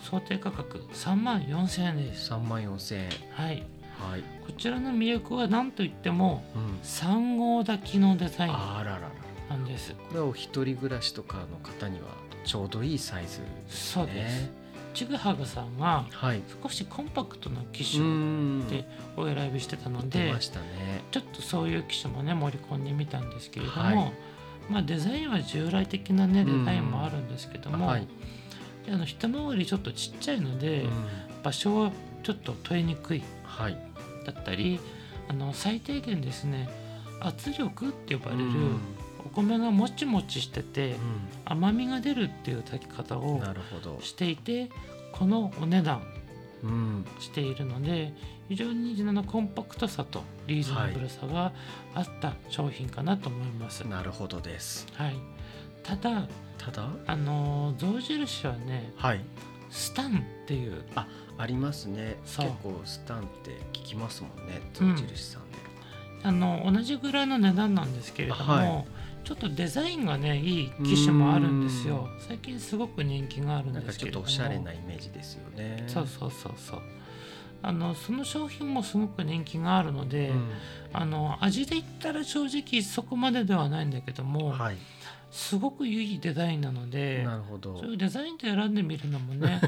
Speaker 1: 想定価格3万4000円です
Speaker 2: 3万4千円
Speaker 1: はい
Speaker 2: はい、
Speaker 1: こちらの魅力は何といっても
Speaker 2: うん、
Speaker 1: 3号炊きのデザイン
Speaker 2: あららら
Speaker 1: なんです
Speaker 2: これはお一人暮らしとかの方にはちょうどいいサイズですね
Speaker 1: そうですちぐはぐさんが
Speaker 2: はい
Speaker 1: 少しコンパクトな機
Speaker 2: う
Speaker 1: 種
Speaker 2: ん
Speaker 1: でお選びしてたの
Speaker 2: 出
Speaker 1: で
Speaker 2: ましたね
Speaker 1: ちょっとそういう機種もね盛り込んでみたんですけれども、
Speaker 2: はい
Speaker 1: まあ、デザインは従来的なねデ
Speaker 2: うん
Speaker 1: ザインもあるんですけども、
Speaker 2: はい、
Speaker 1: であの一回りちょっとちっちゃいので、
Speaker 2: うん
Speaker 1: 場所はちょっと取りにくい
Speaker 2: はい
Speaker 1: だったりあの最低限ですね圧力って呼ばれる、
Speaker 2: うん
Speaker 1: お米がもちもちしてて甘みが出るっていう炊き方
Speaker 2: う
Speaker 1: を
Speaker 2: んなるほど、
Speaker 1: していてこのお値段
Speaker 2: うん、
Speaker 1: しているので非常にあのコンパクトさとリーズナブルさがあった商品かなと思います。はい
Speaker 2: なるほどです
Speaker 1: ただ
Speaker 2: ただ
Speaker 1: あのー象印はね
Speaker 2: はい
Speaker 1: スタンっていう
Speaker 2: ありますね結
Speaker 1: そう
Speaker 2: 構スタンって聞きますもんね象印さんで、
Speaker 1: あの同じぐらいの値段なんですけれども、
Speaker 2: は
Speaker 1: ちょっとデザインがねいい機種もあるんですよ最近すごく人気があるん
Speaker 2: なん
Speaker 1: で
Speaker 2: か
Speaker 1: す
Speaker 2: ち
Speaker 1: け
Speaker 2: ょっ
Speaker 1: れ
Speaker 2: と
Speaker 1: ども
Speaker 2: おしゃれなイメージですよね
Speaker 1: そうそうそうそうあのその商品もすごく人気があるので、あの味で言ったら正直そこまでではないんだけど
Speaker 2: う
Speaker 1: も、
Speaker 2: んはい
Speaker 1: すごくいいデザインなので
Speaker 2: なるほど
Speaker 1: そういうデザインで選んでみるのも ね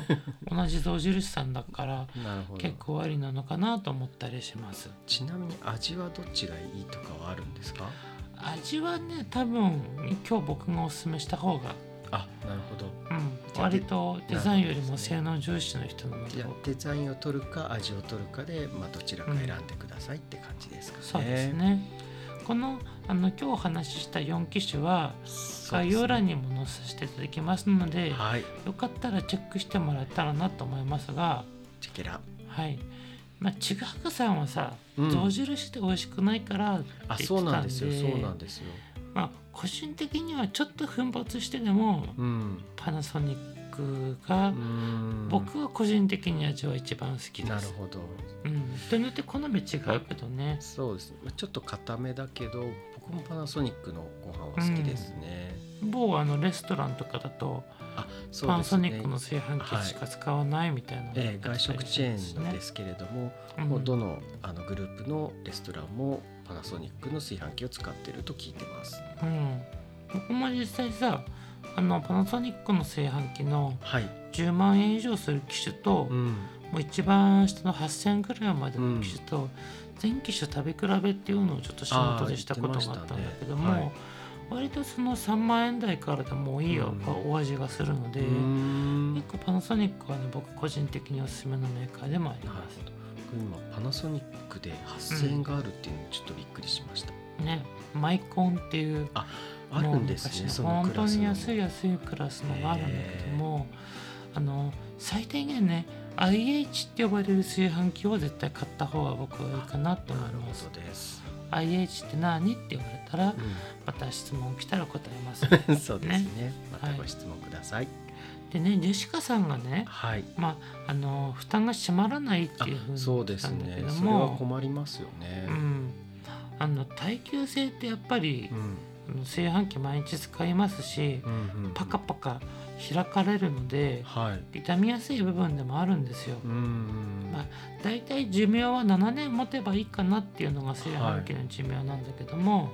Speaker 1: 同じ象印さんだから
Speaker 2: なるほど
Speaker 1: 結構ありなのかなと思ったりします
Speaker 2: ちなみに味はどっちがいいとかはあるんですか
Speaker 1: 味はね多分今日僕がおすすめした方が、
Speaker 2: あなるほど
Speaker 1: うん、割とデザインよりも性能重視の人なの
Speaker 2: じ
Speaker 1: で
Speaker 2: ゃあデザインを取るか味を取るかで、まあ、どちらか選んでくださいって感じですかね、
Speaker 1: そうですねこのあの今日お話しした4機種は
Speaker 2: そうですね
Speaker 1: 概要欄にも載せていただきますので
Speaker 2: はい
Speaker 1: よかったらチェックしてもらえたらなと思いますが
Speaker 2: チェケラ
Speaker 1: はいまあちぐはぐさんはさ
Speaker 2: うん
Speaker 1: 象印で美味しくないからって言
Speaker 2: あ
Speaker 1: って
Speaker 2: そうな
Speaker 1: た
Speaker 2: ん
Speaker 1: ん
Speaker 2: ですよそうなん
Speaker 1: で
Speaker 2: ですよ
Speaker 1: まあ個人的にはちょっと奮発してでも
Speaker 2: うん
Speaker 1: パナソニックが
Speaker 2: うん
Speaker 1: 僕は個人的に味は一番好きです。
Speaker 2: なるほど
Speaker 1: うん、人によって好み違うけどね。
Speaker 2: そうですねまあちょっと固めだけど僕もパナソニックのご飯は好きですね、
Speaker 1: 某あのレストランとかだと、
Speaker 2: あそう
Speaker 1: パ
Speaker 2: で
Speaker 1: ナ
Speaker 2: す
Speaker 1: ソ
Speaker 2: ね
Speaker 1: ニックの炊飯
Speaker 2: はい
Speaker 1: 器しか使わないみたいなのがあった
Speaker 2: え
Speaker 1: り
Speaker 2: ー外食チェーンなんですすけれども、
Speaker 1: ね
Speaker 2: もうどのあのグループのレストランもパナソニックの炊飯器を使ってると聞いてます。
Speaker 1: うんうん僕も実際さあのパナソニックの炊飯器の
Speaker 2: はい、
Speaker 1: 10万円以上する機種と、
Speaker 2: うん、
Speaker 1: もう一番下の8,000ぐらいまでの機種と全機種食べ比べっていうのをちょっと仕事でしたことがあったんだけども、
Speaker 2: あー言ってま
Speaker 1: 割とその3万円台からでもいい
Speaker 2: う
Speaker 1: よ、
Speaker 2: ん
Speaker 1: お味がするので、
Speaker 2: うーんな
Speaker 1: 結
Speaker 2: る
Speaker 1: 構パナソニックはね僕個人的におすすめのメーカーでもあり
Speaker 2: ほ
Speaker 1: ます。
Speaker 2: ど。僕今パナソニックで8000円があるっていうのちょっとびっくりしました。
Speaker 1: ねマイコンっていう
Speaker 2: あるんです
Speaker 1: もう昔
Speaker 2: ね、
Speaker 1: の
Speaker 2: その
Speaker 1: 本
Speaker 2: ク
Speaker 1: 当
Speaker 2: ラス
Speaker 1: に
Speaker 2: の。
Speaker 1: 安い安いクラスのがあるんだけどもあの最低限ね IH って呼ばれる炊飯器を絶対買った方が僕はいいかなと思
Speaker 2: ないる
Speaker 1: ま
Speaker 2: ほ
Speaker 1: す
Speaker 2: ど。です。
Speaker 1: IH って何って言われたら
Speaker 2: う
Speaker 1: また質問来たら答えます
Speaker 2: ん、そうです
Speaker 1: ね
Speaker 2: ね。またご質問ください。
Speaker 1: でねジェシカさんがね
Speaker 2: はい。
Speaker 1: まああの負担が閉まらないって
Speaker 2: あ
Speaker 1: いうふうに
Speaker 2: そう
Speaker 1: 言
Speaker 2: で
Speaker 1: ってた
Speaker 2: す
Speaker 1: んだけ
Speaker 2: ね。
Speaker 1: ど
Speaker 2: それは
Speaker 1: も
Speaker 2: 困りますよね
Speaker 1: う。んあの耐久性ってやっぱり
Speaker 2: う、ん、
Speaker 1: あの炊飯器毎日使いますし、
Speaker 2: うん、うんうん
Speaker 1: パカパカ開かれるので
Speaker 2: はい。
Speaker 1: 傷みやすい部分でもあるんですよ、
Speaker 2: うんうん
Speaker 1: まあだいたい寿命は7年持てばいいかなっていうのが炊飯器の寿命なんだけども、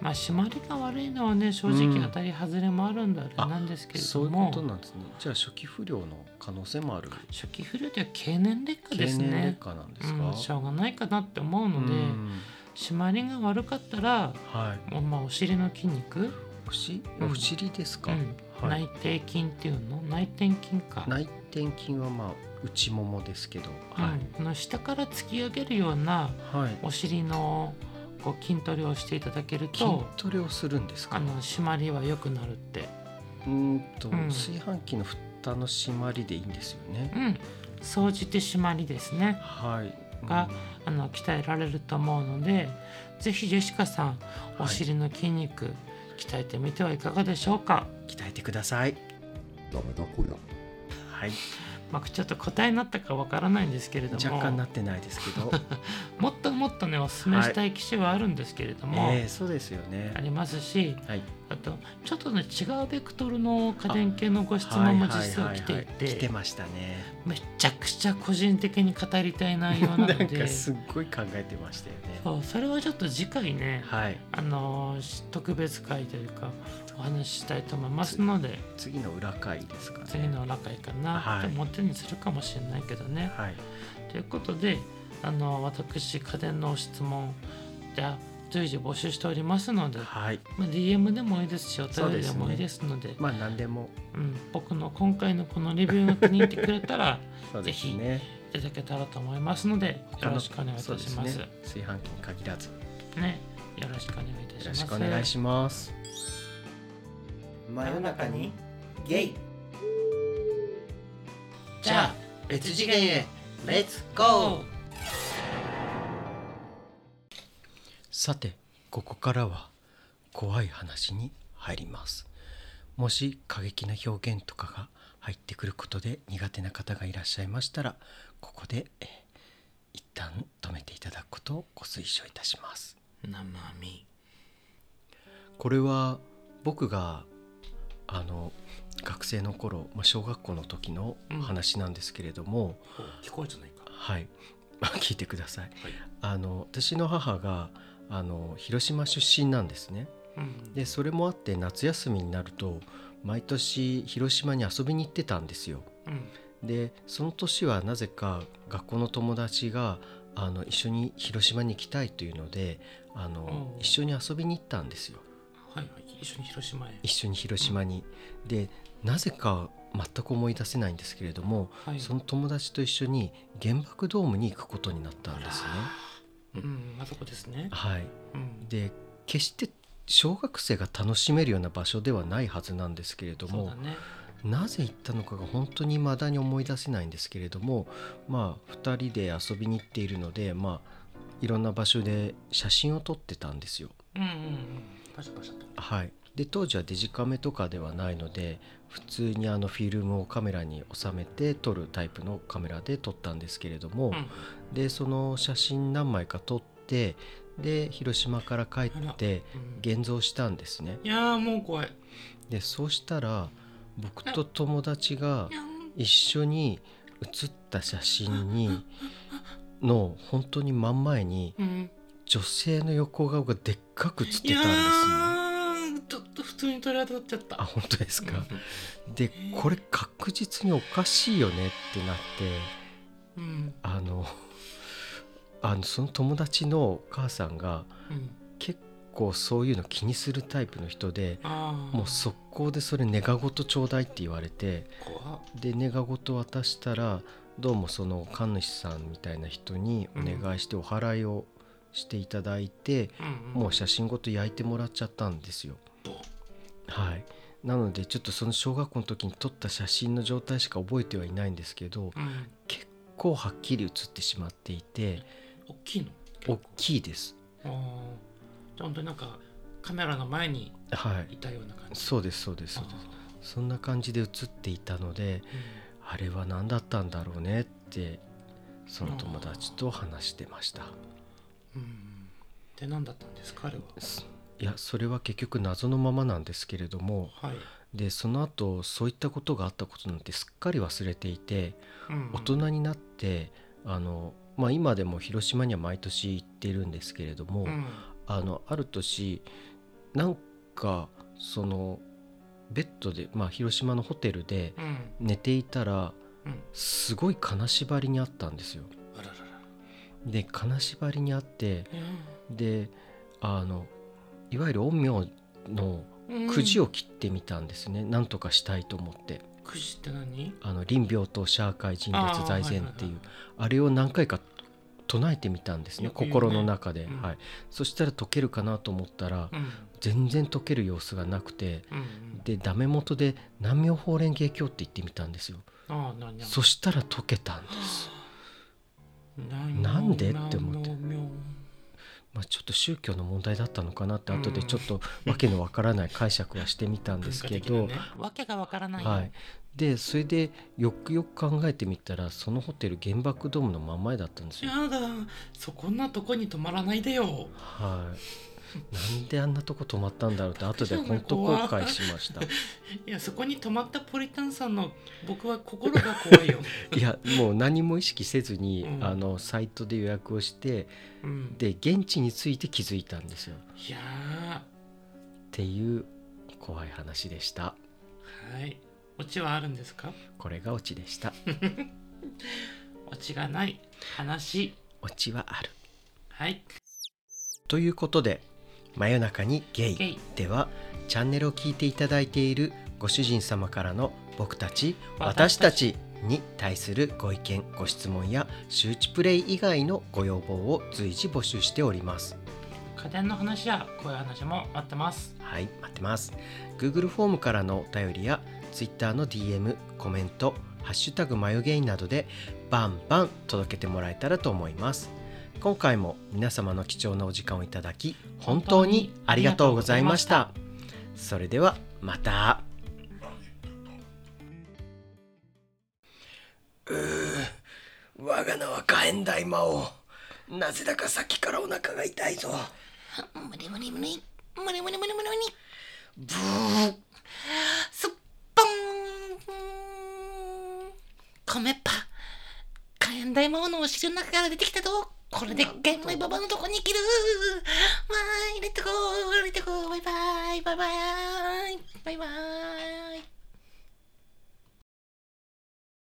Speaker 1: まあ締まりが悪いのはね正
Speaker 2: う
Speaker 1: 直
Speaker 2: ん
Speaker 1: 当たり外れもあるんだ
Speaker 2: あ
Speaker 1: なんですけれ
Speaker 2: そうい
Speaker 1: ど
Speaker 2: う
Speaker 1: も、
Speaker 2: ことなんですね。じゃあ初期不良の可能性もある。
Speaker 1: 初期不良では経年劣化
Speaker 2: 経
Speaker 1: です
Speaker 2: 年劣
Speaker 1: ね
Speaker 2: 化なんですか。
Speaker 1: うん、しょうがないかなって思うので、
Speaker 2: うん
Speaker 1: 締まりが悪かったら、
Speaker 2: はい。
Speaker 1: もうまあ、お尻の筋肉、
Speaker 2: おし、
Speaker 1: うん
Speaker 2: お尻です
Speaker 1: う
Speaker 2: か。
Speaker 1: ん
Speaker 2: はい。
Speaker 1: 内転筋っていうの内転筋か、
Speaker 2: 内転筋はまあ内ももですけど。
Speaker 1: うん
Speaker 2: はい。
Speaker 1: あの下から突き上げるような
Speaker 2: はい。
Speaker 1: お尻のこう筋トレをしていただける
Speaker 2: 筋
Speaker 1: と
Speaker 2: トレをするんですか
Speaker 1: あ。の締まりは良くなるって
Speaker 2: うーんと、
Speaker 1: うん
Speaker 2: 炊飯器の蓋の締まりでいいんですよね
Speaker 1: う。ん総じて締まりですね
Speaker 2: はい。
Speaker 1: があの鍛えられると思うのでぜひジェシカさん
Speaker 2: い
Speaker 1: お尻の筋肉、鍛えてみてはいかがでしょうか、
Speaker 2: うん鍛えてください。
Speaker 3: ダメだこりゃ
Speaker 2: はい。
Speaker 1: まあ、ちょっと答えになったかわからないんですけれど
Speaker 2: 若干な
Speaker 1: も
Speaker 2: ってないですけど。
Speaker 1: もっともっとねおすすめしたい機種はあるんですけれども、
Speaker 2: ええそうですよね
Speaker 1: あ。りますし
Speaker 2: はい。
Speaker 1: あとちょっとね違うベクトルの家電系のご質問も実
Speaker 2: は
Speaker 1: 際
Speaker 2: いはい
Speaker 1: 来て
Speaker 2: はいいはい来て
Speaker 1: て
Speaker 2: ましたね。
Speaker 1: めちゃくちゃ個人的に語りたい内容な の
Speaker 2: なん
Speaker 1: で
Speaker 2: かすっごい考えてましたよね。
Speaker 1: そうそれはちょっと次回ね、
Speaker 2: はい。
Speaker 1: あのーし特別会というかお話ししたいと思いますので
Speaker 2: 次の裏回ですかね。
Speaker 1: 次の裏会か
Speaker 2: は
Speaker 1: な、
Speaker 2: い
Speaker 1: でも手にするかもしれないけどね。
Speaker 2: はい。
Speaker 1: ということであのー私家電の質問じゃあ随時募集しておりますので、
Speaker 2: はい。
Speaker 1: まあ、DM でもいいですしお便りでもいいですので
Speaker 2: まあ何でも
Speaker 1: うん、僕の今回のこのレビューが気に入ってくれたら
Speaker 2: そうですね。
Speaker 1: いただけたらと思いますのでよろしくお願いいたし
Speaker 2: そう
Speaker 1: ま。
Speaker 2: ですね。炊飯器に限らずよ
Speaker 1: ね、よろしくお願いいたします。
Speaker 2: ろしくお願いします。真
Speaker 1: 夜中に
Speaker 2: ゲイ。
Speaker 1: じゃあ
Speaker 2: 別次元へレッツ
Speaker 1: ゴ
Speaker 2: さてここからは怖い話に入りますもし過激な表現とかが入ってくることで苦手な方がいらっしゃいましたらここで、えー一旦止めていただくことをご推奨いたします
Speaker 1: ー生身
Speaker 2: これは僕があの学生の頃、まあ、小学校の時の話なんですけれども、
Speaker 1: 聞こえじゃないか。
Speaker 2: はい、 まあ聞いてください。
Speaker 1: はい
Speaker 2: あの私の母があの広島出身なんですね。
Speaker 1: うん、
Speaker 2: でそれもあって夏休みになると毎年広島に遊びに行ってたんですよ。
Speaker 1: うん、
Speaker 2: でその年はなぜか学校の友達があの一緒に広島に行きたいというのであの
Speaker 1: おう
Speaker 2: 一緒に遊びに行ったんですよ。
Speaker 1: はいはい、一緒に広島へ。
Speaker 2: 一緒に広島に。でなぜか全く思い出せないんですけれども、
Speaker 1: はい、
Speaker 2: その友達と一緒に原爆ドームに行くことになったんですね。
Speaker 1: うん、あそこですね。
Speaker 2: はい、
Speaker 1: うん、
Speaker 2: で決して小学生が楽しめるような場所ではないはずなんですけれど
Speaker 1: そう
Speaker 2: も
Speaker 1: だ、ね。
Speaker 2: なぜ行ったのかが本当に未だに思い出せないんですけれどもまあ2人で遊びに行っているのでまあいろんな場所で写真を撮ってたんですよ。
Speaker 1: うんうんうん、パシャパシャと。
Speaker 2: はい、で当時はデジカメとかではないので普通にあのフィルムをカメラに収めて撮るタイプのカメラで撮ったんですけれども、
Speaker 1: うん
Speaker 2: でその写真何枚か撮ってで広島から帰って
Speaker 1: うん
Speaker 2: 現像したんですね
Speaker 1: いやーもう怖い。
Speaker 2: でそうしたら僕と友達が一緒に写った写真にの本当に真ん前に
Speaker 1: うん
Speaker 2: 女性の横顔がでっかく写って
Speaker 1: い
Speaker 2: たんです
Speaker 1: や
Speaker 2: ね。
Speaker 1: ーちょっと普通に取り当たっちゃっ
Speaker 2: あ
Speaker 1: た
Speaker 2: 本当ですか、で
Speaker 1: ー
Speaker 2: これ確実におかしいよねってなって
Speaker 1: うん
Speaker 2: あのあのその友達のお母さんが
Speaker 1: うん
Speaker 2: 結構そういうの気にするタイプの人で
Speaker 1: ああ
Speaker 2: もう速攻でそれ願ごとちょうだいって言われて
Speaker 1: 怖っ
Speaker 2: で願ごと渡したらどうもその神主さんみたいな人にお願いしてお祓いをしていただいて、
Speaker 1: うん
Speaker 2: もう写真ごと焼いてもらっちゃったんですよ。はい、なのでちょっとその小学校の時に撮った写真の状態しか覚えてはいないんですけど
Speaker 1: うん、うん、
Speaker 2: 結構はっきり写ってしまっていて
Speaker 1: 大きいの
Speaker 2: 大きいです。
Speaker 1: ああじゃあ本当になんかカメラの前に
Speaker 2: はい
Speaker 1: いたような感じ
Speaker 2: そうですそうですそうですそんな感じで写っていたのであれは何だったんだろうねってその友達と話してました
Speaker 1: うんうんで何だったんですかあれは
Speaker 2: すいやそれは結局謎のままなんですけれども
Speaker 1: はい、
Speaker 2: でその後そういったことがあったことなんてすっかり忘れていて
Speaker 1: うん
Speaker 2: 大人になってあの、まあ、今でも広島には毎年行ってるんですけれども、
Speaker 1: うん
Speaker 2: あのある年なんかそのベッドで、まあ、広島のホテルで
Speaker 1: うん
Speaker 2: 寝ていたら
Speaker 1: うん
Speaker 2: すごい金縛りにあったんですよ。
Speaker 1: あららら
Speaker 2: で金縛りにあってであのいわゆる陰陽の
Speaker 1: うん
Speaker 2: くじを切ってみたんですね、なんとかしたいと思って
Speaker 1: くじって何
Speaker 2: あの臨病と社会人列財前ってい
Speaker 1: あーはいはいう
Speaker 2: あ,、
Speaker 1: はい
Speaker 2: れを何回か唱えてみたんですね
Speaker 1: よく言うね
Speaker 2: 心の中で、
Speaker 1: うん
Speaker 2: はい、そしたら解けるかなと思ったら、
Speaker 1: うん
Speaker 2: 全然解ける様子がなくて
Speaker 1: うんうん
Speaker 2: でダメ元で「南明法蓮華経」って言ってみたんですよ
Speaker 1: ああなんや
Speaker 2: そしたら解けたん です、なんでって思ってまあ、ちょっと宗教の問題だったのかなって後でちょっとわけのわからない解釈はしてみたん
Speaker 1: で
Speaker 2: ですす
Speaker 1: け
Speaker 2: け
Speaker 1: ど、
Speaker 2: ど、
Speaker 1: ね、わけがわからないよ
Speaker 2: はい、でそれでよくよく考えてみたらそのホテル原爆ドームの真ん前だったんですよ。
Speaker 1: やだそこんなとこに泊まらないでよ
Speaker 2: はい、なんであんなとこ泊まったんだろ うって後で本当後悔しました。
Speaker 1: いやそこに泊まったポリタンさんの僕は心が怖いよ、
Speaker 2: いやもう何も意識せずに、
Speaker 1: うん
Speaker 2: あのサイトで予約をして
Speaker 1: うん、
Speaker 2: で現地について気づいたんですよ。
Speaker 1: いや
Speaker 2: っていう怖い話でした。
Speaker 1: ーはいオチはあるんですか
Speaker 2: これがオチでした。
Speaker 1: オチがない話
Speaker 2: オチはある。
Speaker 1: はい
Speaker 2: ということで「真夜中にゲイ」
Speaker 1: ゲイ
Speaker 2: ではチャンネルを聞いていただいているご主人様からの「僕たち私
Speaker 1: 私
Speaker 2: た
Speaker 1: た
Speaker 2: ち」に対するご意見ご質問や周知プレイ以外のご要望を随時募集しております。
Speaker 1: 家電の話やこういう話も待ってます
Speaker 2: はい待ってます Google フォームからのお便りや Twitter の DM コメント「ハッシュタグマヨゲイン」などでバンバン届けてもらえたらと思います今回も皆様の貴重なお時間をいただき本当にありがとうございましたそれではまたう我が名は火炎大魔王なぜだかさっきからお腹が痛いぞ
Speaker 1: 無理無理無理無理無理無理無理無理
Speaker 2: ブー
Speaker 1: すっぽん米パ火炎大魔王のお尻の中から出てきたぞこれで玄米ババのとこに行けるわーいレッツゴーレッツゴーバイバイバイバイバイバイ